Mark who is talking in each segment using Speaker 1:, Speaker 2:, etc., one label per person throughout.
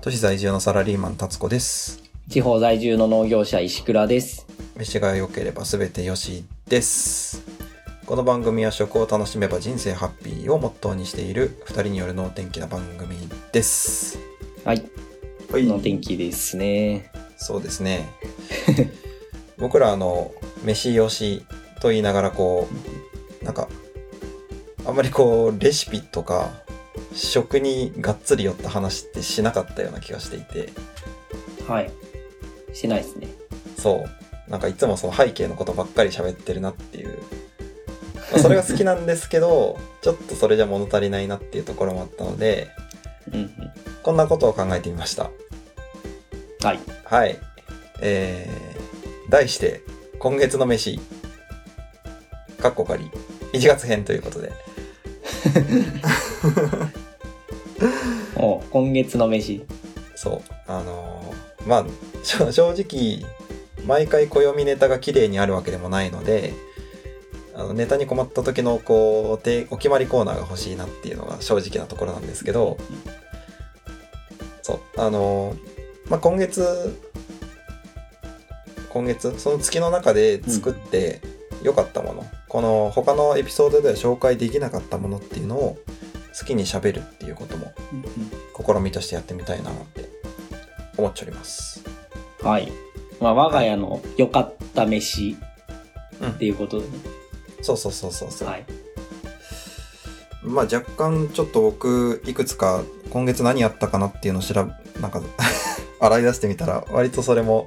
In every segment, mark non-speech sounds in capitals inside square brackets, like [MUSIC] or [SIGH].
Speaker 1: 都市在住のサラリーマン達子です
Speaker 2: 地方在住の農業者石倉です。
Speaker 1: 飯が良ければ全てよしですこの番組は食を楽しめば人生ハッピーをモットーにしている2人による能天気な番組です
Speaker 2: はい、
Speaker 1: は
Speaker 2: の天気ですね。
Speaker 1: そうですね僕らあの飯よしと言いながらこうなんかあんまりこうレシピとか食にがっつり寄った話ってしなかったような気がしていて
Speaker 2: はい。してないですね。
Speaker 1: そう。なんかいつもその背景のことばっかり喋ってるなっていう。まあそれが好きなんですけど、ちょっとそれじゃ物足りないなっていうところもあったので、
Speaker 2: うんうん。
Speaker 1: こんなことを考えてみました。
Speaker 2: はい。
Speaker 1: はい。えー、題して、今月の飯、かっこかり、1月編ということで。
Speaker 2: おう今月の飯。
Speaker 1: そう。あのーまあ、しょ正直、毎回暦ネタが綺麗にあるわけでもないので、あのネタに困った時のこうてお決まりコーナーが欲しいなっていうのが正直なところなんですけど、そう、あのーまあ、今月、今月、その月の中で作って良かったもの、この他のエピソードでは紹介できなかったものっていうのを好きに喋るっていうことも
Speaker 2: うん
Speaker 1: 試みとしてやってみたいなって思っております。
Speaker 2: うんはい。まあ、我が家の良かった飯
Speaker 1: うん
Speaker 2: っていうことでね。
Speaker 1: そうそうそうそうそう。
Speaker 2: はい。
Speaker 1: まあ若干ちょっと僕いくつか今月何やったかなっていうのを調べなんか [LAUGHS] 洗い出してみたら割とそれも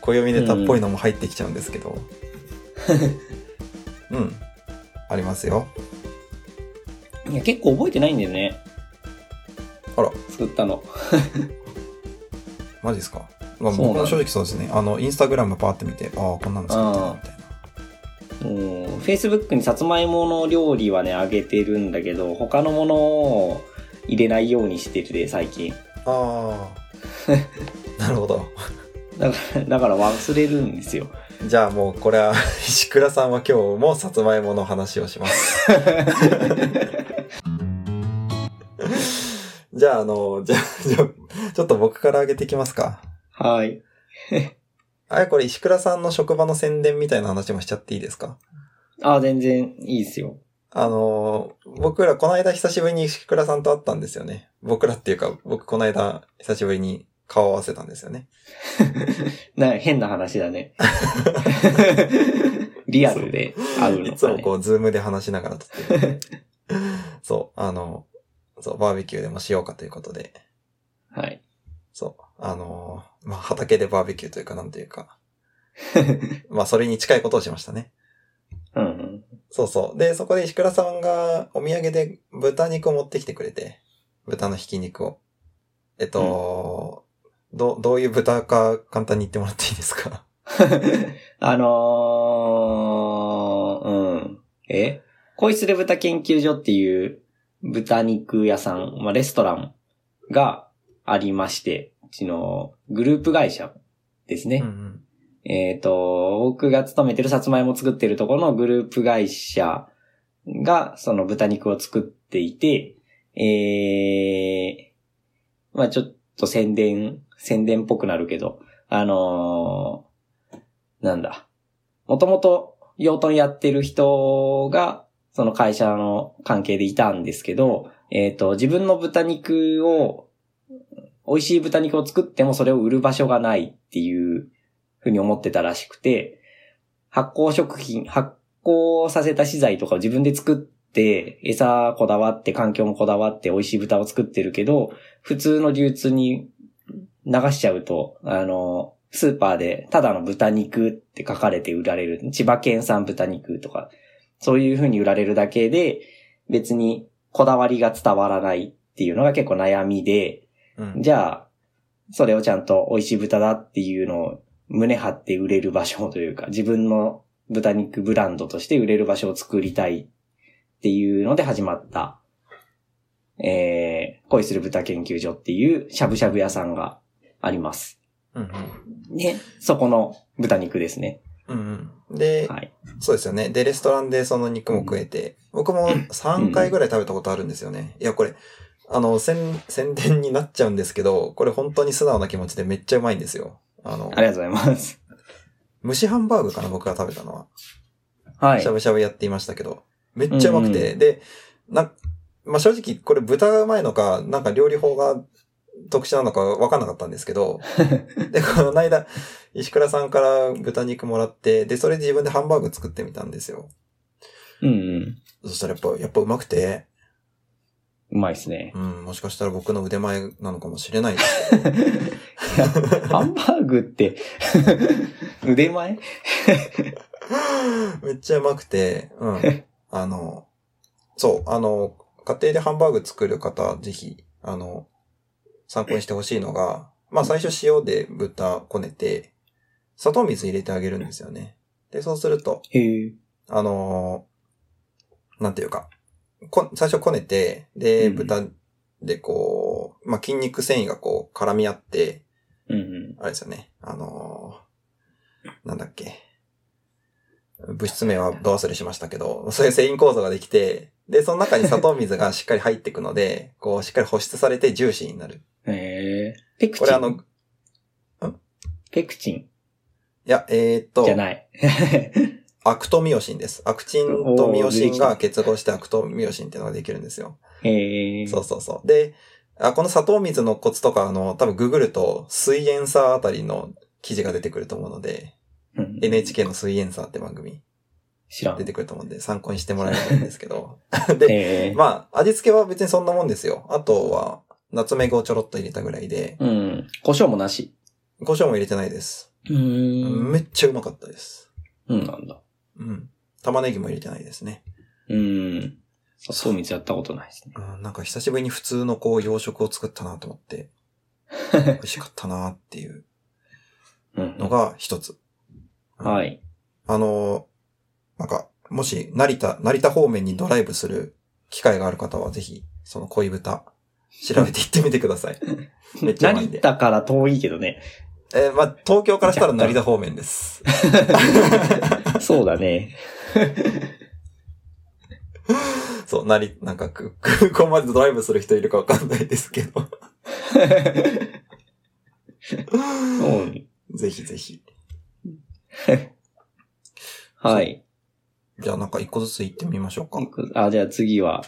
Speaker 1: 暦ネタっぽいのも入ってきちゃうんですけ
Speaker 2: [LAUGHS]
Speaker 1: ど。うん、ありますよ。
Speaker 2: いや、結構覚えてないんだよね。
Speaker 1: あら
Speaker 2: 作ったの。
Speaker 1: マジですか。まあ、
Speaker 2: そうなん
Speaker 1: 僕も正直そうですね。あのインスタグラムパーって見てああこんなの作ったなみたいな。
Speaker 2: うん。Facebook にさつまいもの料理はね、あげてるんだけど、他のものを入れないようにしてるで、最近。 [LAUGHS]
Speaker 1: ああ。なるほど。
Speaker 2: だから、だから忘れるんですよ。
Speaker 1: じゃあもうこれは石倉さんは今日もさつまいもの話をします。じゃああの、じゃあ、じゃあちょっと僕から上げていきますか。
Speaker 2: はい。
Speaker 1: あれこれ石倉さんの職場の宣伝みたいな話もしちゃっていいですか
Speaker 2: ああ、全然いいですよ。
Speaker 1: あの、僕らこの間久しぶりに石倉さんと会ったんですよね。僕らっていうか僕この間久しぶりに顔を合わせたんですよね。
Speaker 2: な、変な話
Speaker 1: [LAUGHS]
Speaker 2: だね。リアルで会うの
Speaker 1: いつ
Speaker 2: か
Speaker 1: も
Speaker 2: ね
Speaker 1: こ。う、ズームで話しながら撮ってる。そう、あの、そう、バーベキューでもしようかということで、
Speaker 2: はい。
Speaker 1: そう、あのーまあ、畑でバーベキューというか、なんというか、 [LAUGHS] まあ、それに近いことをしましたね。
Speaker 2: うんうん。
Speaker 1: そうそう。で、そこで石倉さんがお土産で豚肉を持ってきてくれて、豚のひき肉を。えっと、ど、どういう豚か簡単に言ってもらっていいですか
Speaker 2: あのー、うん。え恋する豚研究所っていう豚肉屋さん、まあ、レストランがありまして、うちのグループ会社ですね。
Speaker 1: うんうん。
Speaker 2: えっ、と、僕が勤めてるさつまいも作ってるところのグループ会社が、その豚肉を作っていて、えー、まあちょっと宣伝、宣伝っぽくなるけど、あのーなんだ。もともと養豚やってる人が、その会社の関係でいたんですけど、えっ、と、自分の豚肉を、美味しい豚肉を作ってもそれを売る場所がないっていうふうに思ってたらしくて、発酵食品、発酵させた資材とかを自分で作って、餌こだわって、環境もこだわって、美味しい豚を作ってるけど、普通の流通に流しちゃうと、あの、スーパーでただの豚肉って書かれて売られる。千葉県産豚肉とか、そういうふうに売られるだけで、別にこだわりが伝わらないっていうのが結構悩みで、
Speaker 1: うん。
Speaker 2: じゃあ、それをちゃんと美味しい豚だっていうのを胸張って売れる場所というか、自分の豚肉ブランドとして売れる場所を作りたいっていうので始まった、えー、恋する豚研究所っていうしゃぶしゃぶ屋さんがあります。
Speaker 1: うん
Speaker 2: ね、そこの豚肉ですね。
Speaker 1: うん。うんうん。で、
Speaker 2: はい。
Speaker 1: そうですよね。で、レストランでその肉も食えて、僕も3回ぐらい食べたことあるんですよね。いや、これ、あの、宣、宣伝になっちゃうんですけど、これ本当に素直な気持ちでめっちゃうまいんですよ。あの、
Speaker 2: ありがとうございます。
Speaker 1: 蒸しハンバーグかな、僕が食べたのは。
Speaker 2: はい
Speaker 1: しゃ。ぶしゃぶやっていましたけど、めっちゃうまくて、で、な、まあ、正直これ豚がうまいのか、なんか料理法が特殊なのかわかんなかったんですけ
Speaker 2: [LAUGHS]
Speaker 1: ど、で、この間、石倉さんから豚肉もらって、で、それで自分でハンバーグ作ってみたんですよ。
Speaker 2: うんうん。
Speaker 1: そしたらやっぱ、やっぱうまくて、
Speaker 2: うまいです [LAUGHS] ね。
Speaker 1: うん、もしかしたら僕の腕前なのかもしれないです。 [LAUGHS]
Speaker 2: ハンバーグって、 [LAUGHS] 腕前
Speaker 1: めっちゃうまくて、
Speaker 2: [LAUGHS]
Speaker 1: うん。あの、そう、あの、家庭でハンバーグ作る方、ぜひ、あの、参考にしてほしいのが、まあ最初塩で豚こねて、砂糖水入れてあげるんですよね。で、そうすると、
Speaker 2: へえ。
Speaker 1: あのーなんていうか、こ最初こねて、で、
Speaker 2: うん
Speaker 1: 豚でこう、まあ筋肉繊維がこう絡み合って、
Speaker 2: うんうん。
Speaker 1: あれですよね。あのーなんだっけ。物質名はど忘れしましたけど、そういう繊維構造ができて、で、その中に砂糖水がしっかり入っていくので、こう、しっかり保湿されてジューシーになる。
Speaker 2: へえ。ペクチン。
Speaker 1: これあの、い
Speaker 2: ペクチン
Speaker 1: や、えーっと
Speaker 2: じゃ、ない。
Speaker 1: アクトミオシンです。アクチンとミオシンが結合してアクトミオシンっていうのができるんですよ。
Speaker 2: へえ。
Speaker 1: そうそうそう。で、あこの砂糖水のコツとか、あの、多分ググると、水塩さあたりの記事が出てくると思うので、
Speaker 2: うん。
Speaker 1: NHK の水塩さって番組。
Speaker 2: 知らん。
Speaker 1: 出
Speaker 2: へ
Speaker 1: てくると思うんで、参考にしてもらえればいいんですけど。 [LAUGHS] で、
Speaker 2: え。
Speaker 1: まあ、味付けは別にそんなもんですよ。あとは、ナツメグをちょろっと入れたぐらいで、
Speaker 2: うん。胡椒もなし。
Speaker 1: 胡椒も入れてないです。
Speaker 2: うーん。
Speaker 1: めっちゃうまかったです。
Speaker 2: うん、なんだ。
Speaker 1: うん。玉ねぎも入れてないですね。
Speaker 2: うん。砂糖水やったことないですね。
Speaker 1: うん、なんか久しぶりに普通のこう洋食を作ったなと思って、
Speaker 2: [LAUGHS]
Speaker 1: 美味しかったなっていう
Speaker 2: うん。
Speaker 1: のが一つ。。
Speaker 2: はいい。
Speaker 1: あの、なんか、もし、成田、成田方面にドライブする機会がある方は、ぜひ、その恋豚、調べて行ってみてくだ
Speaker 2: [LAUGHS]
Speaker 1: さい。めっちゃうまい
Speaker 2: 成
Speaker 1: んで
Speaker 2: 田から遠いけどね。
Speaker 1: [LAUGHS] えーまあ、東京からしたら成田方面です。
Speaker 2: そう
Speaker 1: [LAUGHS]
Speaker 2: だね。
Speaker 1: そう、なり、なんかく、 [LAUGHS] 空港までドライブする人いるかわかんないですけど。
Speaker 2: うん。
Speaker 1: ぜひぜひ。
Speaker 2: はい。
Speaker 1: じゃあなんか一個ずつ行ってみましょうか。
Speaker 2: あ、じゃあ次は、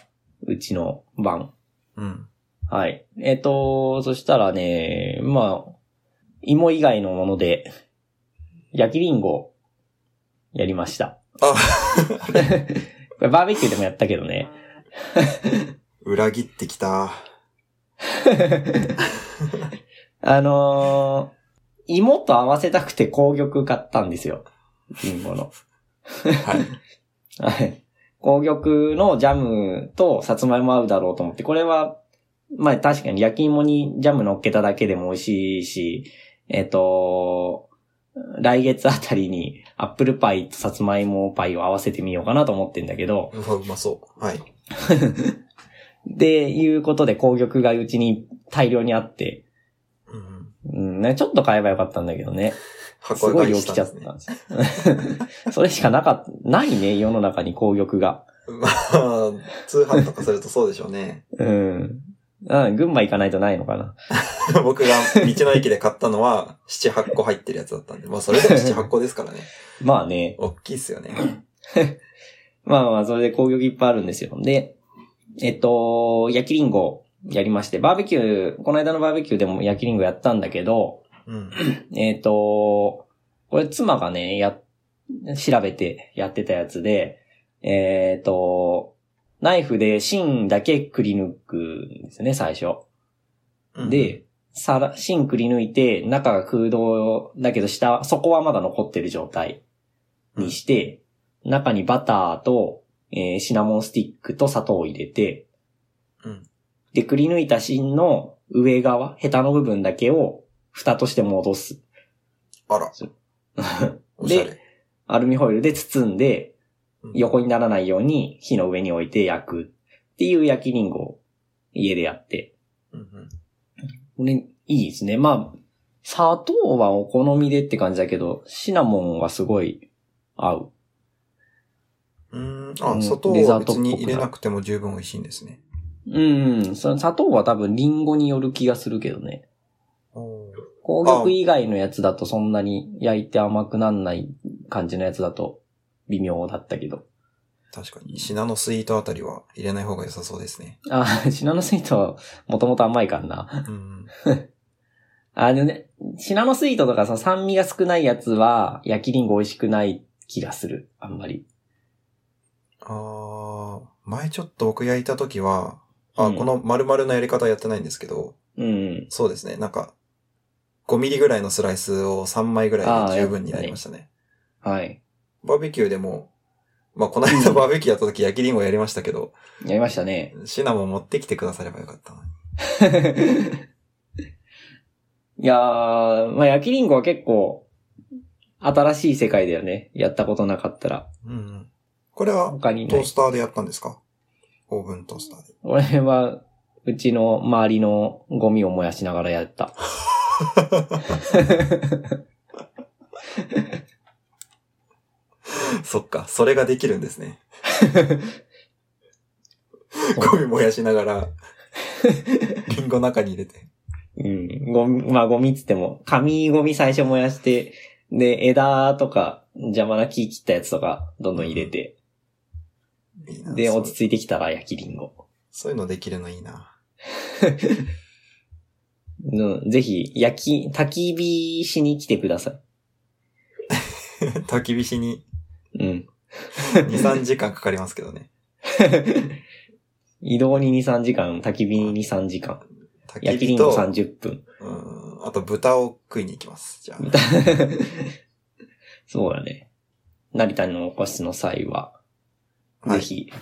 Speaker 2: うちの番。
Speaker 1: うん。
Speaker 2: はい。えっ、と、そしたらね、まあ、芋以外のもので、焼きりんご、やりました。
Speaker 1: あ
Speaker 2: これ [LAUGHS] バーベキューでもやったけどね。 [LAUGHS]
Speaker 1: 裏切ってきた。
Speaker 2: あのー芋と合わせたくて紅玉買ったんですよ。りんごの。 [LAUGHS]
Speaker 1: はい。
Speaker 2: はい。紅玉のジャムとさつまいも合うだろうと思って、これは、まあ確かに焼き芋にジャム乗っけただけでも美味しいし、えっ、と、来月あたりにアップルパイとさつまいもパイを合わせてみようかなと思ってんだけど、
Speaker 1: うわ、うまそう。はい。
Speaker 2: で、いうことで紅玉がうちに大量にあって、
Speaker 1: うん。
Speaker 2: うん、ねちょっと買えばよかったんだけどね。す
Speaker 1: 箱
Speaker 2: ご
Speaker 1: 買
Speaker 2: い
Speaker 1: い
Speaker 2: 量
Speaker 1: した
Speaker 2: 来
Speaker 1: ん
Speaker 2: ちゃ
Speaker 1: で
Speaker 2: っ
Speaker 1: すね。
Speaker 2: たんですよ。それしかなかっないね、世の中に紅玉が。
Speaker 1: まあ、通販とかするとそうでしょうね。 [LAUGHS]
Speaker 2: うん。あ群馬行かないとないのかな。
Speaker 1: 僕が道の駅で買ったのは、7、8個入ってるやつだったんで。まあ、それでも7、8個です
Speaker 2: [LAUGHS]
Speaker 1: からね。
Speaker 2: まあね。
Speaker 1: 大きいっすよね。
Speaker 2: まあまあ、それで攻撃いっぱいあるんですよ。で、えっと、焼きりんごやりまして、バーベキュー、この間のバーベキューでも焼きりんごやったんだけど、
Speaker 1: うん。
Speaker 2: えっと、これ妻がね、や、調べてやってたやつで、えっと、ナイフで芯だけくり抜くんですね、最初。
Speaker 1: うん、
Speaker 2: で、皿、芯くり抜いて、中が空洞だけど下、そこはまだ残ってる状態にして、中にバターと、えーシナモンスティックと砂糖を入れて、
Speaker 1: うん
Speaker 2: で、くり抜いた芯の上側、ヘタの部分だけを蓋として戻す。
Speaker 1: あら、おしゃ
Speaker 2: で、
Speaker 1: れ。
Speaker 2: アルミホイルで包んで、
Speaker 1: うん
Speaker 2: 横にならないように火の上に置いて焼くっていう焼きリンゴを家でやって。
Speaker 1: うんうん
Speaker 2: これ、いいですね。まあ、砂糖はお好みでって感じだけど、シナモンはすごい合う。
Speaker 1: うーん。
Speaker 2: う
Speaker 1: あ、
Speaker 2: ん
Speaker 1: 砂糖
Speaker 2: デザ
Speaker 1: は
Speaker 2: ートっ
Speaker 1: 別
Speaker 2: ぽくな
Speaker 1: に入れなくても十分美味しいんですね。
Speaker 2: うん、うん。その砂糖は多分リンゴによる気がするけどね。紅玉以外のやつだとそんなに焼いて甘くなんない感じのやつだと微妙だったけど。
Speaker 1: 確かに、シナノスイートあたりは入れない方が良さそうですね。
Speaker 2: あ、 [LAUGHS] シナノスイートはもともと甘いからな。
Speaker 1: うん。
Speaker 2: あのね、シナノスイートとかさ、酸味が少ないやつは焼きリンゴ美味しくない気がする。あんまり。
Speaker 1: あー、前ちょっと僕焼いた時は、あ、
Speaker 2: うん
Speaker 1: この丸々のやり方はやってないんですけど、
Speaker 2: うん。
Speaker 1: そうですね、なんか、5ミリぐらいのスライスを3枚ぐらいで十分になりましたね。
Speaker 2: はい。
Speaker 1: バーベキューでも、まあ、この間バーベキューやった時焼きりんごやりましたけど、
Speaker 2: やりました [LAUGHS] ね。
Speaker 1: シナモン持ってきてくださればよかったのに。
Speaker 2: いやー、まあ、焼きリンゴは結構、新しい世界だよね。やったことなかったら。
Speaker 1: うんうん。これは、
Speaker 2: 他に
Speaker 1: ト
Speaker 2: な
Speaker 1: ー
Speaker 2: い。
Speaker 1: スターでやったんですかオーブントースターで。
Speaker 2: 俺は、うちの周りのゴミを燃やしながらやった。
Speaker 1: そっか、それができるんですね。 [LAUGHS] ゴミ燃やしながら、リンゴ中に入れて。
Speaker 2: [LAUGHS] うん。ゴミ、まあ、ゴミっつっても、紙ゴミ最初燃やして、で、枝とか、邪魔な木切ったやつとか、どんどん入れて、
Speaker 1: いいな
Speaker 2: で、
Speaker 1: そう
Speaker 2: 落ち着いてきたら焼きリンゴ。
Speaker 1: そういうのできるのいいな。 [LAUGHS]
Speaker 2: うん、ぜひ、焼き、焚き火しに来てくださ
Speaker 1: 焚き火し [LAUGHS] に
Speaker 2: い。 [LAUGHS] うん。
Speaker 1: 2、3時間かかりますけどね。
Speaker 2: 移動に2、3時間、焚き火に2、3時間、
Speaker 1: 焚
Speaker 2: 焼
Speaker 1: き
Speaker 2: きリ
Speaker 1: 火
Speaker 2: ンゴ
Speaker 1: と、
Speaker 2: 30分。
Speaker 1: うん、あと豚を食いに行きます。じゃあ。
Speaker 2: [LAUGHS] そうだね。成田にお越しの際は、
Speaker 1: は
Speaker 2: ぜ
Speaker 1: い
Speaker 2: ひ。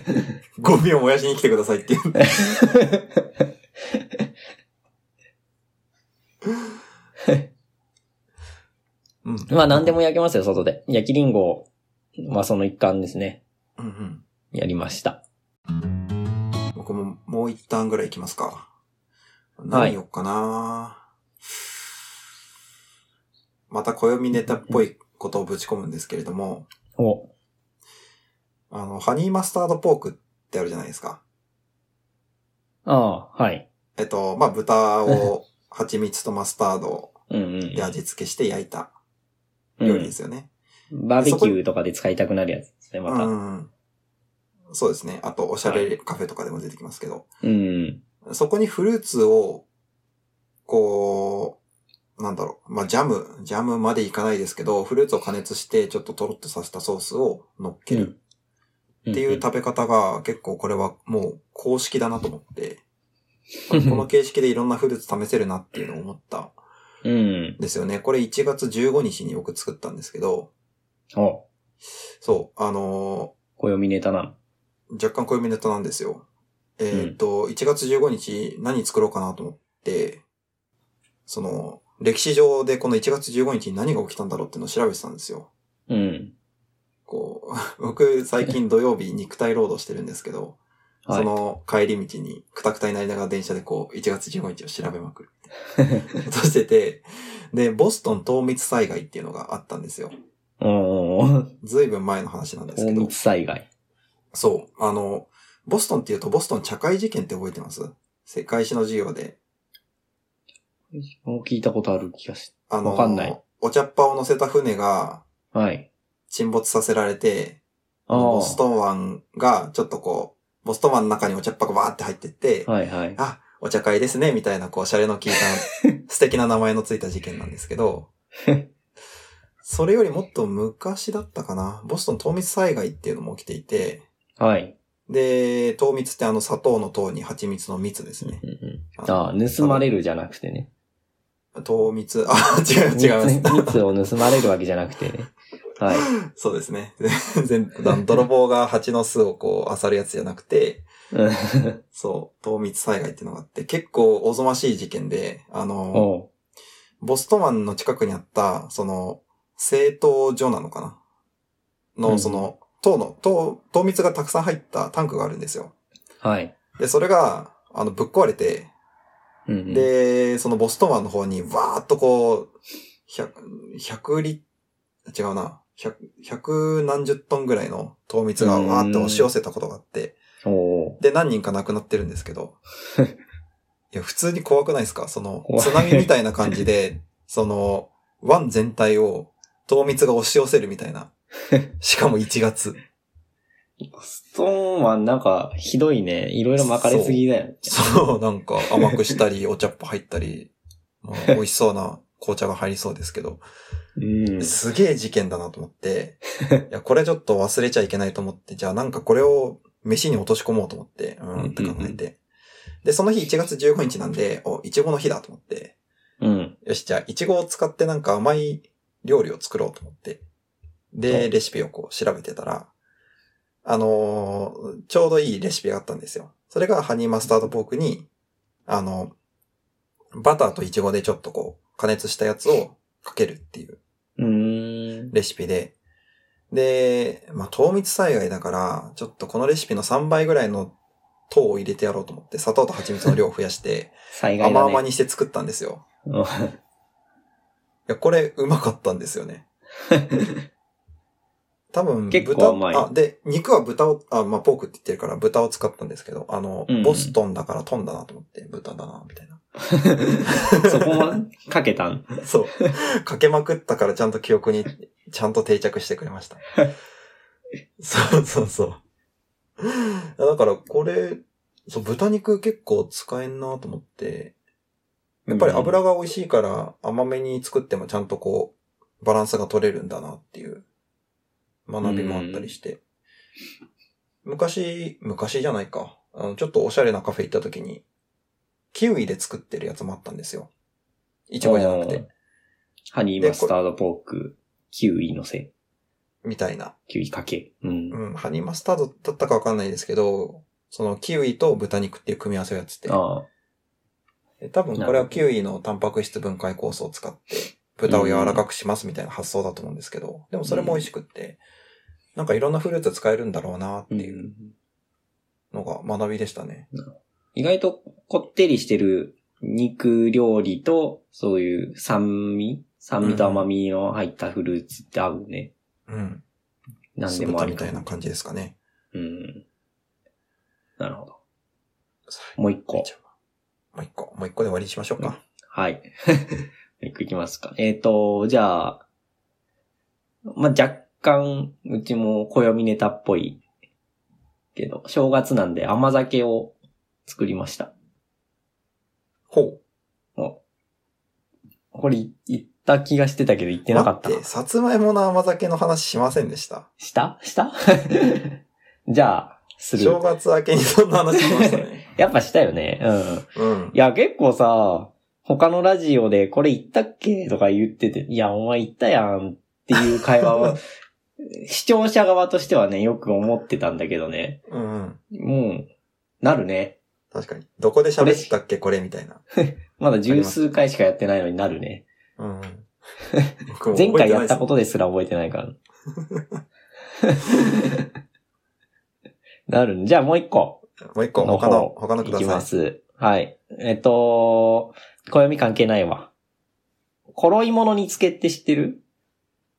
Speaker 2: [LAUGHS]
Speaker 1: ゴミを燃やしに来てくださいって [LAUGHS] いう。うん。
Speaker 2: まあ何でも焼けますよ、外で。焼きリンゴはその一環ですね。
Speaker 1: うんうん。
Speaker 2: やりました。
Speaker 1: 僕ももう一段ぐらい行きますか。何よっかな、また暦ネタっぽいことをぶち込むんですけれども、
Speaker 2: お、
Speaker 1: あの、ハニーマスタードポークってあるじゃないですか。
Speaker 2: ああ、はい。
Speaker 1: えっと、まあ、豚を蜂蜜とマスタード
Speaker 2: うんうん
Speaker 1: で味付けして焼いた
Speaker 2: う
Speaker 1: 料理で
Speaker 2: ん。
Speaker 1: すよね。
Speaker 2: バーベキューとかで使いたくなるやつですね、
Speaker 1: う
Speaker 2: また。うん
Speaker 1: ん。そうですね。あと、おしゃれカフェとかでも出てきますけど、
Speaker 2: うん。
Speaker 1: そこにフルーツを、こう、なんだろう、まあ、ジャム、ジャムまでいかないですけど、フルーツを加熱して、ちょっとトロッとさせたソースを乗っけるっていう食べ方が結構これはもう公式だなと思って、こ
Speaker 2: うん
Speaker 1: の形式でいろんなフルーツ試せるなっていうのを思ったん
Speaker 2: [LAUGHS] うん。
Speaker 1: ですよね。これ1月15日に僕作ったんですけど、
Speaker 2: お、
Speaker 1: そう、あの
Speaker 2: 暦ネタなの。
Speaker 1: ー若干小読みネタなんですよ。えーっと、1月15日何作ろうかなと思って、その、歴史上でこの1月15日に何が起きたんだろうっていうのを調べてたんですよ。
Speaker 2: うん。
Speaker 1: こう、 [LAUGHS] 僕最近土曜日肉体労働してるんですけど、
Speaker 2: は
Speaker 1: そ
Speaker 2: い。
Speaker 1: の帰り道に、くたくたになりながら電車でこう、1月15日を調べまくる。そうして [LAUGHS] て、で、ボストン糖密災害っていうのがあったんですよ。
Speaker 2: おー、
Speaker 1: ずいぶん前の話なんです
Speaker 2: 大
Speaker 1: けど
Speaker 2: 密。災害。
Speaker 1: そう。あの、ボストンっていうと、ボストン茶会事件って覚えてます世界史の授業で。
Speaker 2: もう聞いたことある気がし、
Speaker 1: あの、
Speaker 2: わかんない
Speaker 1: お茶っ葉を乗せた船が
Speaker 2: はい。
Speaker 1: 沈没させられて、
Speaker 2: ああ。
Speaker 1: ボストン湾がちょっとこう、ボストン湾の中にお茶っ葉がバーって入ってって、
Speaker 2: はいはい。
Speaker 1: あ、お茶会ですね、みたいな、こう、シャレの効い
Speaker 2: [LAUGHS]
Speaker 1: た、素敵な名前のついた事件なんですけど、それよりもっと昔だったかな。ボストン糖蜜災害っていうのも起きていて、
Speaker 2: はい。
Speaker 1: で、糖蜜ってあの砂糖の糖に蜂蜜の蜜ですね。
Speaker 2: うんうん
Speaker 1: あ
Speaker 2: ああ、盗まれるじゃなくてね。
Speaker 1: 糖蜜、 [LAUGHS] あ、違う
Speaker 2: 密
Speaker 1: 違う。
Speaker 2: 密を盗まれるわけじゃな
Speaker 1: [LAUGHS]
Speaker 2: くてね。はい。
Speaker 1: そうですね。 [LAUGHS] 全然、泥棒が蜂の巣をこう、漁るやつじゃなくて、
Speaker 2: うん
Speaker 1: そう、糖蜜災害っていうのがあって、結構おぞましい事件で、あの、
Speaker 2: おう
Speaker 1: ボストマンの近くにあった、その、製糖所なのかなの、
Speaker 2: うん
Speaker 1: その、糖の、糖、糖蜜がたくさん入ったタンクがあるんですよ。
Speaker 2: はい。
Speaker 1: で、それが、あの、ぶっ壊れて、
Speaker 2: うんうん、
Speaker 1: で、そのボストマンの方に、わーっとこう、100、100リ、違うな、100、100何十トンぐらいの糖蜜がわーっと押し寄せたことがあって、
Speaker 2: お
Speaker 1: で、何人か亡くなってるんですけ
Speaker 2: [LAUGHS]
Speaker 1: ど。いや、普通に怖くないですかその、
Speaker 2: 怖い
Speaker 1: 津波みたいな感じ
Speaker 2: [LAUGHS]
Speaker 1: で、その、湾全体を、糖蜜が押し寄せるみたい
Speaker 2: [LAUGHS]
Speaker 1: な。しかも1月。
Speaker 2: ーストーンはなんか、ひどいね。いろいろ巻かれすぎだよね。
Speaker 1: そう、なんか甘くしたり、お茶っ葉入ったり、まあ美味しそうな紅茶が入りそうですけど、
Speaker 2: うん。
Speaker 1: すげえ事件だなと思
Speaker 2: [LAUGHS]
Speaker 1: って、いや、これちょっと忘れちゃいけないと思って、じゃあなんかこれを飯に落とし込もうと思って、う
Speaker 2: うんうんうん
Speaker 1: んって考えて。で、その日1月15日なんで、お、いちごの日だと思って、
Speaker 2: うん。
Speaker 1: よし、じゃあいちごを使ってなんか甘い料理を作ろうと思って、
Speaker 2: う
Speaker 1: で、
Speaker 2: ん
Speaker 1: レシピをこう調べてたら、あのーちょうどいいレシピがあったんですよ。それがハニーマスタードポークに、あの、バターとイチゴでちょっとこう、加熱したやつをかけるっていう
Speaker 2: うーん。
Speaker 1: レシピで、で、まあ、糖蜜災害だから、ちょっとこのレシピの3倍ぐらいの糖を入れてやろうと思って、砂糖と蜂蜜の量を増や
Speaker 2: [LAUGHS]
Speaker 1: して、
Speaker 2: 災害だ
Speaker 1: 甘
Speaker 2: ね。
Speaker 1: 々にして作ったんですよ。いや、これ、うまかったんですよね。
Speaker 2: [LAUGHS]
Speaker 1: 多分、
Speaker 2: 結構
Speaker 1: 豚
Speaker 2: 甘い
Speaker 1: あ、で、肉は豚を、あ、まあ、ポークって言ってるから豚を使ったんですけど、あの、
Speaker 2: うんうん
Speaker 1: ボストンだからトンだなと思って、豚だな、みたいな。
Speaker 2: そこもかけたん。
Speaker 1: そう。かけまくったからちゃんと記憶に、ちゃんと定着してくれま
Speaker 2: [LAUGHS]
Speaker 1: した。そうそうそう。だから、これ、そう、豚肉結構使えんなと思って、やっぱり油が美味しいから甘めに作ってもちゃんとこう、バランスが取れるんだなっていう学びもあったりして。昔、昔じゃないか。あの、ちょっとおしゃれなカフェ行った時に、キウイで作ってるやつもあったんですよ。イチゴじゃなく
Speaker 2: おー
Speaker 1: て、。
Speaker 2: ハニーマスタードポーク、キウイのせ、
Speaker 1: みたいな。
Speaker 2: キウイかけ。うん。
Speaker 1: うん、ハニーマスタードだったかわかんないですけど、そのキウイと豚肉っていう組み合わせをやってて。
Speaker 2: ああ。
Speaker 1: で多分これはキウイのタンパク質分解酵素を使って、豚を柔らかくしますみたいな発想だと思うんですけど、でもそれも美味しくって、なんかいろんなフルーツ使えるんだろうなって
Speaker 2: う。
Speaker 1: いうんのが学びでしたね。
Speaker 2: 意外とこってりしてる肉料理と、そういう酸味酸味と甘みの入ったフルーツって合うね。
Speaker 1: うん。
Speaker 2: なん、
Speaker 1: 酢
Speaker 2: でもあ
Speaker 1: 豚
Speaker 2: り
Speaker 1: み
Speaker 2: と
Speaker 1: たい
Speaker 2: 思
Speaker 1: な
Speaker 2: う。
Speaker 1: 感じですかね。
Speaker 2: うん。なるほど。
Speaker 1: はい
Speaker 2: もう一個。
Speaker 1: もう一個、もう一個で終わりにしましょうか。
Speaker 2: はい。 [LAUGHS] もう一個いきますか。えっ、と、じゃあ、まあ、若干、うちも暦ネタっぽいけど、正月なんで甘酒を作りました。
Speaker 1: ほ
Speaker 2: おこれ、言った気がしてたけど言っ
Speaker 1: う。
Speaker 2: てなかったな
Speaker 1: 待って、さつまいもの甘酒の話しませんでした。
Speaker 2: したした [LAUGHS] じゃあ、する。
Speaker 1: 正月明けにそんな話しました
Speaker 2: [LAUGHS]
Speaker 1: ね。
Speaker 2: やっぱしたよね。うん。
Speaker 1: うん
Speaker 2: い。や、結構さ、他のラジオでこれ言ったっけとか言ってて、いや、お前言ったやんっていう会話を、視聴者側としてはね、よく思ってたんだけどね。
Speaker 1: うんうん。
Speaker 2: もう、なるね。
Speaker 1: 確かに。どこで喋ったっけこれみたいな。
Speaker 2: まだ十数回しかやってないのになるね。
Speaker 1: うん。僕も覚えて
Speaker 2: 前回や
Speaker 1: ないで
Speaker 2: っ
Speaker 1: す
Speaker 2: たことですら覚えてないから。なるね。じゃあもう一個。
Speaker 1: もう一個、
Speaker 2: の
Speaker 1: 他
Speaker 2: 方
Speaker 1: の、他のくだ
Speaker 2: いき
Speaker 1: さ
Speaker 2: ます。はい。えっと、暦関係ないわ。衣い物につけって知ってる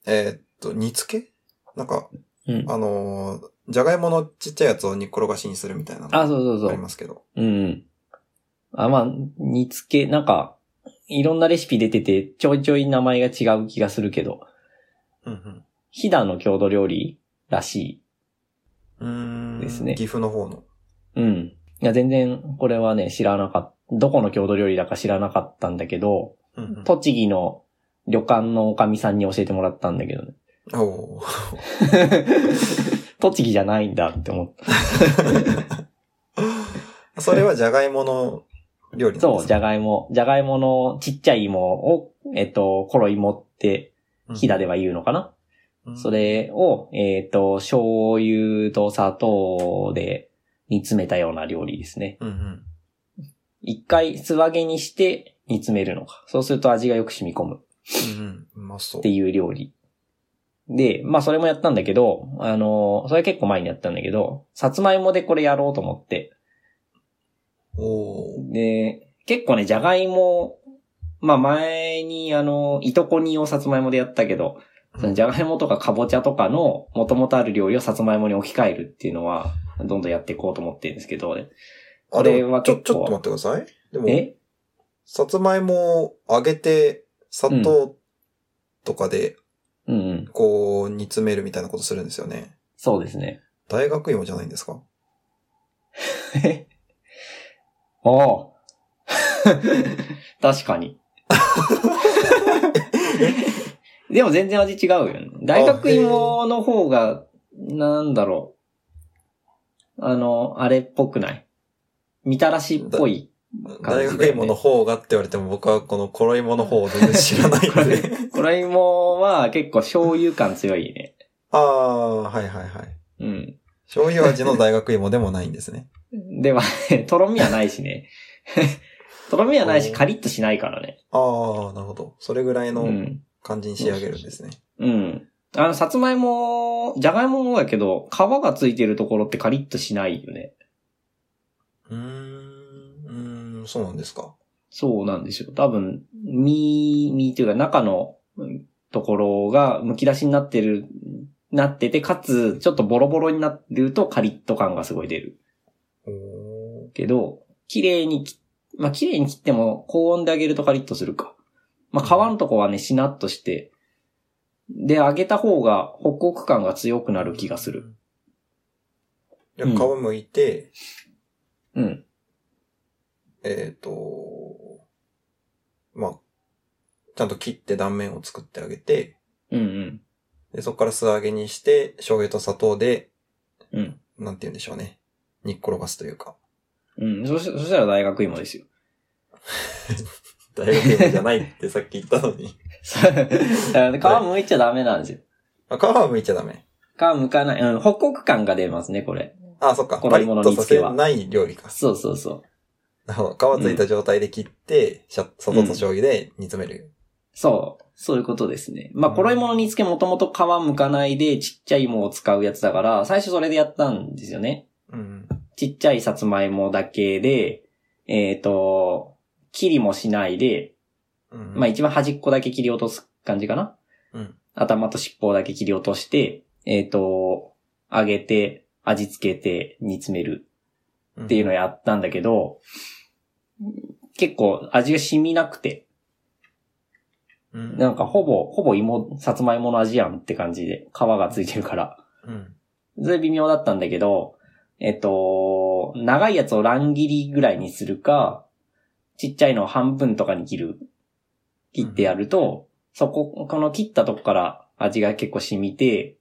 Speaker 1: い。えーっと、煮付けなんか、
Speaker 2: うん。
Speaker 1: あのーじゃがいものちっちゃいやつを煮っ転がしにするみたいなの
Speaker 2: あ、そうそうそ
Speaker 1: あり
Speaker 2: う。
Speaker 1: ますけど。
Speaker 2: うんうん。あ、まあ、煮付け、なんか、いろんなレシピ出てて、ちょいちょい名前が違う気がするけど、
Speaker 1: うん
Speaker 2: 飛騨の郷土料理らし
Speaker 1: うん。うーん。
Speaker 2: ですね
Speaker 1: 岐阜の方の。
Speaker 2: い。うん。いや、全然、これはね、知らなかった。どこの郷土料理だか知らなかったんだけど、
Speaker 1: うんうん。
Speaker 2: 栃木の旅館のおかみさんに教えてもらったんだけ
Speaker 1: [LAUGHS]
Speaker 2: どね。
Speaker 1: おー [LAUGHS]
Speaker 2: 栃木じゃないんだって思った。
Speaker 1: それはじゃがいもの料理なん
Speaker 2: そ
Speaker 1: で
Speaker 2: う、
Speaker 1: す
Speaker 2: じ
Speaker 1: か
Speaker 2: ゃがいも。じゃがいものちっちゃい芋を、えっと、衣芋って、ひだでは言うのかな、
Speaker 1: うん
Speaker 2: そ。れを、えっと、醤油と砂糖で煮詰めたような料理ですね。
Speaker 1: うんうん。
Speaker 2: 一回素揚げにして煮詰めるのか。そうすると味がよく染み込むっ
Speaker 1: うんうん。うまそう
Speaker 2: て。いう料理。で、まあそれもやったんだけど、あの、それ結構前にやったんだけど、さつまいもでこれやろうと思って、
Speaker 1: おー
Speaker 2: で、結構ね、じゃがいも、まあ前にあの、いとこにをさつまいもでやったけど、そのじゃがいもとかかぼちゃとかの元々ある料理をさつまいもに置き換えるっていうのは、どんどんやっていこうと思ってるんですけど、
Speaker 1: あれ
Speaker 2: これは
Speaker 1: ちょ、
Speaker 2: 結構
Speaker 1: ちょっと待ってください。でも、
Speaker 2: え
Speaker 1: さつまいもを揚げて、砂糖とかで、
Speaker 2: うんうん。
Speaker 1: こう、煮詰めるみたいなことするんですよね。
Speaker 2: そうですね。
Speaker 1: 大学芋じゃないんですか
Speaker 2: [LAUGHS] ああ。確かに。 [LAUGHS] でも全然味違うよね。大学芋の方が、なんだろう。あの、あれっぽくないみたらしっぽい。
Speaker 1: 大学芋の方がって言われても僕はこの衣芋の方を全然知らないので。
Speaker 2: [LAUGHS] これ芋は結構醤油感強いね。
Speaker 1: ああ、はいはいはい。
Speaker 2: うん。
Speaker 1: 醤油味の大学芋でもないんですね。
Speaker 2: では、とろみはないしね。 [LAUGHS] とろみはないし、
Speaker 1: おー
Speaker 2: カリッとしないからね。
Speaker 1: ああ、なるほど。それぐらいうの
Speaker 2: ん。
Speaker 1: 感じに仕上げるんですね。
Speaker 2: うん。あの、さつまいも、じゃがいももだけど、皮がついてるところってカリッとしないよね。
Speaker 1: うーん、うーん、そうなんですか。
Speaker 2: そうなんですよ。多分、身、身というか中のうんところが剥き出しになってる、なってて、かつ、ちょっとボロボロになってるとカリッと感がすごい出る。
Speaker 1: おー
Speaker 2: けど、綺麗にき、まあ、綺麗に切っても高温で揚げるとカリッとするか。まあ、皮のとこはね、しなっとして、で、揚げた方がホクホク感が強くなる気がする。。
Speaker 1: いや、
Speaker 2: うん
Speaker 1: 皮むいて、
Speaker 2: うん。
Speaker 1: えっ、と、まあ、ちゃんと切って断面を作ってあげて、
Speaker 2: うんうん。
Speaker 1: でそこから素揚げにして、醤油と砂糖で、
Speaker 2: うん。
Speaker 1: なんて言うんでしょうね。煮っ転がすというか。
Speaker 2: うん。そしそしたら大学芋 [LAUGHS] ですよ。
Speaker 1: 大学芋じゃない
Speaker 2: [LAUGHS]
Speaker 1: ってさっき言ったのに。
Speaker 2: そうだからね皮剥いちゃダメなんですよ。
Speaker 1: あ、皮は剥いちゃダメ。
Speaker 2: 皮剥かない。うん。ホクホク感が出ますね、これ。
Speaker 1: あ、そっか。
Speaker 2: こ
Speaker 1: パ
Speaker 2: れ
Speaker 1: リ
Speaker 2: もの
Speaker 1: ッと
Speaker 2: 煮
Speaker 1: さ
Speaker 2: 付け
Speaker 1: せ
Speaker 2: は
Speaker 1: ない料理か。
Speaker 2: そうそうそう。
Speaker 1: なるほど皮ついた状態で切って、しゃ砂糖と醤油で煮詰める。
Speaker 2: そう。そういうことですね。まあ、衣物につけもともと皮剥かないでちっちゃい芋を使うやつだから、最初それでやったんですよね。
Speaker 1: うん。
Speaker 2: ちっちゃいさつまいもだけで、えっ、と、切りもしないで、
Speaker 1: うん。
Speaker 2: まあ一番端っこだけ切り落とす感じかな
Speaker 1: うん。
Speaker 2: 頭と尻尾だけ切り落として、えっ、と、揚げて、味付けて、煮詰める
Speaker 1: うん
Speaker 2: っていうのをやったんだけど、結構味が染みなくて、
Speaker 1: うん。
Speaker 2: なんかほぼ、ほぼ芋、さつまいもの味やんって感じで、皮がついてるから。
Speaker 1: うん。
Speaker 2: それ微妙だったんだけど、えっと、長いやつを乱切りぐらいにするか、ちっちゃいのを半分とかに切る、切ってやると、そこ、この切ったとこから味が結構染みて、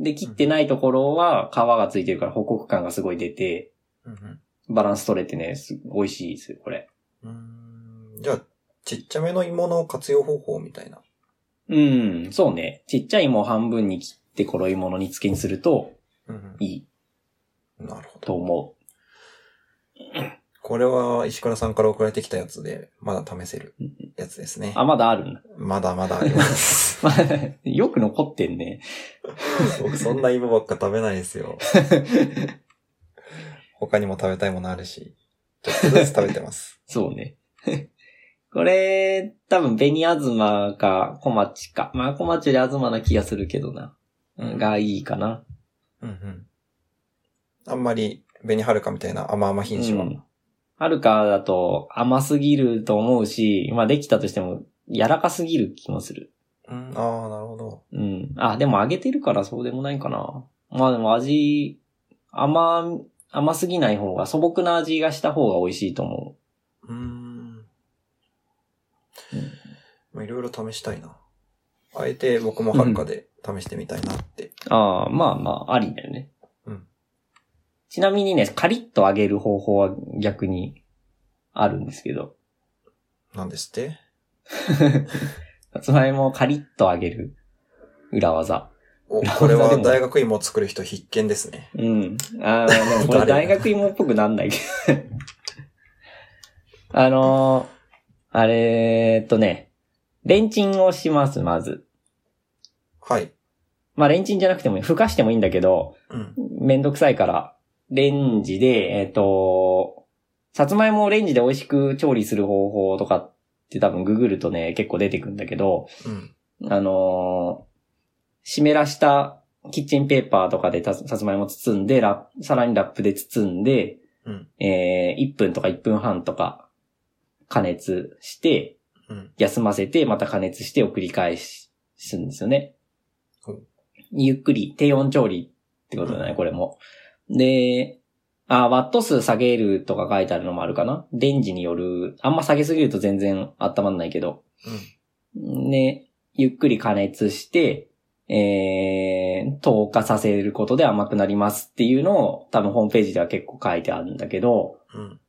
Speaker 2: で、切ってないところは皮がついてるから報告感がすごい出て、
Speaker 1: うん。
Speaker 2: バランス取れてね、す美味しいですよ、これ。
Speaker 1: うん。じゃあ、ちっちゃめの芋の活用方法みたいな。
Speaker 2: うん、そうね。ちっちゃい芋を半分に切って、ころいもの煮付けにすると
Speaker 1: うん。
Speaker 2: いい
Speaker 1: なるほど。
Speaker 2: と思
Speaker 1: これは石倉さんから送られてきたやつで、まだ試せるやつですね
Speaker 2: う。。あ、まだあるんだ。 [LAUGHS]
Speaker 1: まだまだあり [LAUGHS] ます。
Speaker 2: よく残ってんね。
Speaker 1: 僕そんな芋ばっか食べないです [LAUGHS] よ。他にも食べたいものあるし、ちょっとずつ食べてます。
Speaker 2: そうね。 [LAUGHS] これ、多分、ベニアズマか、小町か。まあ、小町よりアズマな気がするけどな。
Speaker 1: [LAUGHS] うん
Speaker 2: がいいかな。
Speaker 1: うんうん。あんまり、紅はるかみたいな甘々品種は。
Speaker 2: うんはるかだと甘すぎると思うし、まあ、できたとしても、柔らかすぎる気もする。
Speaker 1: うん、ああ、なるほど。
Speaker 2: うん。あ、でも揚げてるからそうでもないかな。まあでも味、甘、甘すぎない方が、素朴な味がした方が美味しいと思
Speaker 1: うーん。
Speaker 2: う。うん
Speaker 1: まあいろいろ試したいな。あえて僕もはるかで試してみたいなって。
Speaker 2: ああ、まあまあ、ありだよね。
Speaker 1: うん
Speaker 2: ちなみにね、カリッと揚げる方法は逆にあるんですけど、
Speaker 1: なんですって
Speaker 2: さつまいもをカリッと揚げる裏技。
Speaker 1: お、
Speaker 2: なる
Speaker 1: こ
Speaker 2: ほ
Speaker 1: れ
Speaker 2: ど
Speaker 1: は
Speaker 2: でも
Speaker 1: 大学芋を作る人必見ですね。
Speaker 2: うん。ああ、でもこれ大学芋っぽくなんないけど。 [LAUGHS] あのー、あれーっとね、レンチンをします、まず。
Speaker 1: はい。
Speaker 2: まあ、レンチンじゃなくてもいい。ふかしてもいいんだけど、
Speaker 1: うん。
Speaker 2: めんどくさいから、レンジで、えっ、と、さつまいもをレンジで美味しく調理する方法とかって多分ググるとね、結構出てくんだけど、
Speaker 1: うん。
Speaker 2: あのー湿らしたキッチンペーパーとかでたさつまいも包んで、ラッさらにラップで包んで、
Speaker 1: うん
Speaker 2: えー、1分とか1分半とか加熱して、
Speaker 1: うん。
Speaker 2: 休ませて、また加熱してを繰り返し、するんですよね
Speaker 1: ほう。
Speaker 2: ゆっくり、低温調理ってことだね、
Speaker 1: うん
Speaker 2: これも。で、あ、ワット数下げるとか書いてあるのもあるかな。レンジによる、あんま下げすぎると全然温まんないけど。ね、ゆっくり加熱して、えー、透過させることで甘くなりますっていうのを多分ホームページでは結構書いてあるんだけど、
Speaker 1: うん。うん。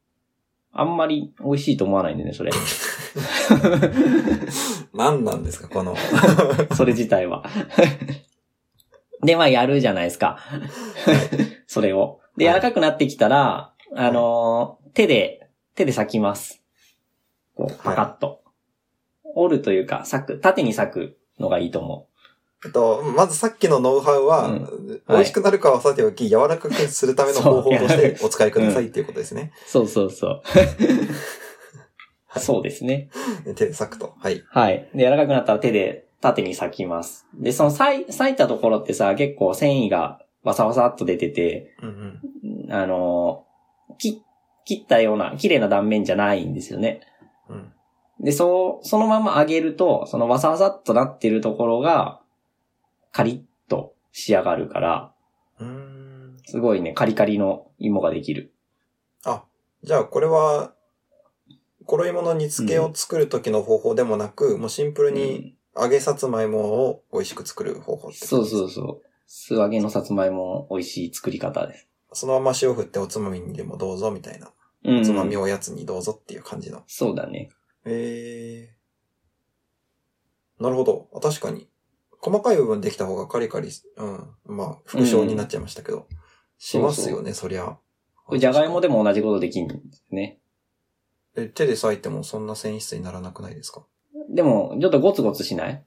Speaker 2: あんまり美味しいと思わないんだよね、それ。
Speaker 1: 何なんですか、この。 [LAUGHS]
Speaker 2: [LAUGHS] それ自体は。で、まあやるじゃないです [LAUGHS] か。それを。で、
Speaker 1: は
Speaker 2: 柔
Speaker 1: い
Speaker 2: らかくなってきたら、あのー手で、手で裂きます。こう、パカッと。折るというか、裂く、縦に裂くのがいいと思
Speaker 1: えっと、まずさっきのノウハウは、
Speaker 2: うん
Speaker 1: 美味しくなるかはさておき、柔らかくするための方法としてお使いくださいっていうことですね
Speaker 2: う。。そうそうそう。 [LAUGHS] そうですね。
Speaker 1: 手で裂くと。はい。
Speaker 2: はい。で、柔らかくなったら手で縦に裂きます。で、その裂い裂いたところってさ、結構繊維がわさわさっと出てて、
Speaker 1: うんうん。
Speaker 2: あの、き切ったような、綺麗な断面じゃないんですよね。
Speaker 1: うん。
Speaker 2: で、そう、そのまま揚げると、そのわさわさっとなってるところが、カリッと仕上がるから、
Speaker 1: うーん。
Speaker 2: すごいね、カリカリの芋ができる。
Speaker 1: あ、じゃあこれは、衣の煮付けを作る時の方法でもなく、もうシンプル
Speaker 2: う
Speaker 1: に
Speaker 2: ん
Speaker 1: 揚げさつまいもを美味しく作る方法ってこと
Speaker 2: そう
Speaker 1: です
Speaker 2: そうそう。素揚げのさつまいも美味しい作り方です。
Speaker 1: そのまま塩振っておつまみにでもどうぞみたいな。
Speaker 2: う
Speaker 1: お
Speaker 2: ん。
Speaker 1: つまみおやつにどうぞっていう感じの。
Speaker 2: そうだね。
Speaker 1: えー。なるほど。あ確かに。細かい部分できた方がカリカリ、うん。まあ、副賞になっちゃいましたけど。しますよね、そりゃ。
Speaker 2: これじゃがいもでも同じことできるんですね。
Speaker 1: え手で裂いてもそんな繊維質にならなくないですか
Speaker 2: でも、ちょっとゴツゴツしない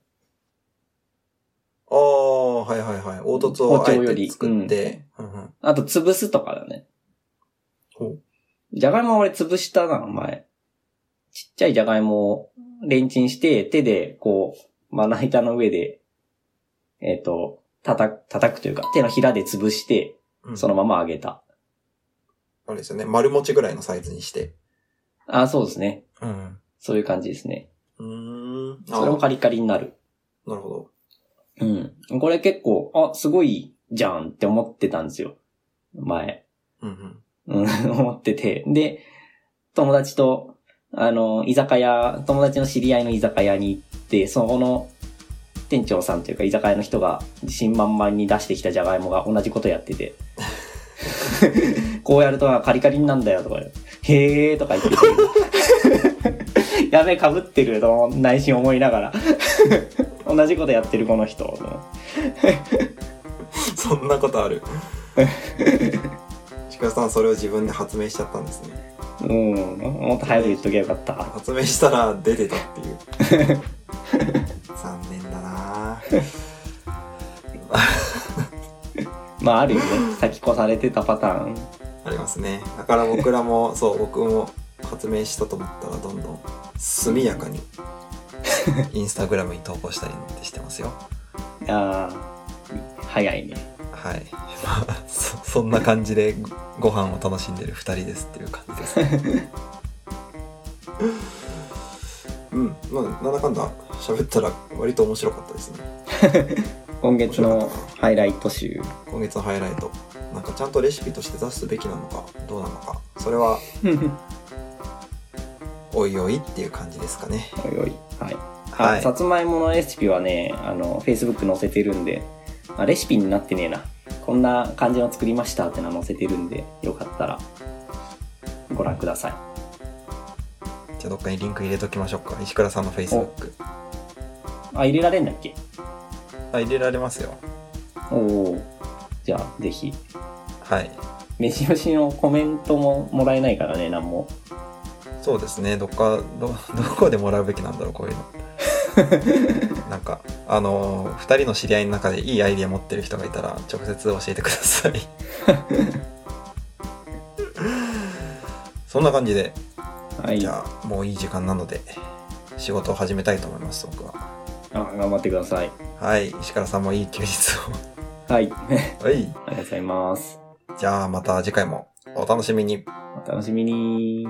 Speaker 1: ああ、はいはいはい。凹凸をあえて作って。うんうん
Speaker 2: あと、潰すとかだね。
Speaker 1: ほう
Speaker 2: じゃがいも俺潰したな、前。ちっちゃいじゃがいもをレンチンして、手で、こう、まな板の上で、えっ、と、叩く、叩くというか、手のひらで潰して、
Speaker 1: うん
Speaker 2: そのまま揚げた。
Speaker 1: あれですよね。丸餅ぐらいのサイズにして。
Speaker 2: あ、そうですね。
Speaker 1: うん。
Speaker 2: そういう感じですね。
Speaker 1: うーん。あ
Speaker 2: それもカリカリになる。
Speaker 1: なるほど。
Speaker 2: うん。これ結構、あ、すごいじゃんって思ってたんですよ。前。
Speaker 1: うんうん。
Speaker 2: うん、 [LAUGHS] 思ってて。で、友達と、あの、居酒屋、友達の知り合いの居酒屋に行って、そこの店長さんというか居酒屋の人が自信満々に出してきたじゃがいもが同じことやってて。 [LAUGHS] こうやるとカリカリになんだよとか、へーとか言って [LAUGHS] て。やべえ、被ってると内心思いながら。 [LAUGHS] 同じことやってるこの人。と思って
Speaker 1: そんなことある。ちくわさん、それを自分で発明しちゃったんですね。
Speaker 2: うん、もっと早く言っときゃよかった。
Speaker 1: 発明したら出てたっていう。残念だな
Speaker 2: まああるよね。先越されてたパターン。
Speaker 1: ありますね。だから僕らも、そう、僕も発明したと思ったら、どんどん速やかに、インスタグラムに投稿したりしてますよ。
Speaker 2: ああ、早いね。
Speaker 1: はい。 [LAUGHS] まあ、そそんな感じでごご飯を楽しんでる2人ですっていう感じです。 [LAUGHS] うん、まあ、なんだかんだ喋ったら割と面白かったですね。
Speaker 2: 今月のハイライト集。
Speaker 1: 今月のハイライト。なんかちゃんとレシピとして出すべきなのか、どうなのか。それは、おいおいっていう感じですかね。
Speaker 2: おいおい。はい。あ
Speaker 1: はい。
Speaker 2: さつまいものレシピはね、あの、Facebook 載せてるんで、あ、レシピになってねえな。こんな感じの作りましたってのは載せてるんで、よかったら、ご覧ください。
Speaker 1: じゃあどっかにリンク入れときましょうか。石倉さんの Facebook。
Speaker 2: あ、入れられんだっけ
Speaker 1: あ、入れられますよ。
Speaker 2: おお。じゃあ、ぜひ。
Speaker 1: はい。
Speaker 2: 飯吉のコメントももらえないからね、なんも。
Speaker 1: そうですねどっかどどこでもらうべきなんだろうこういうのなんかあの2人の知り合いの中でいいアイディア持ってる人がいたら直接教えてくださいそんな感じで、
Speaker 2: はい。
Speaker 1: じ
Speaker 2: は
Speaker 1: ゃあもういい時間なので仕事を始めたいと思います僕は
Speaker 2: あ頑張ってください。
Speaker 1: はい。石原さんもいい休日
Speaker 2: はい。あり
Speaker 1: を。はい。
Speaker 2: がとうございます。
Speaker 1: じゃあまた次回もお楽しみに。
Speaker 2: お楽しみに。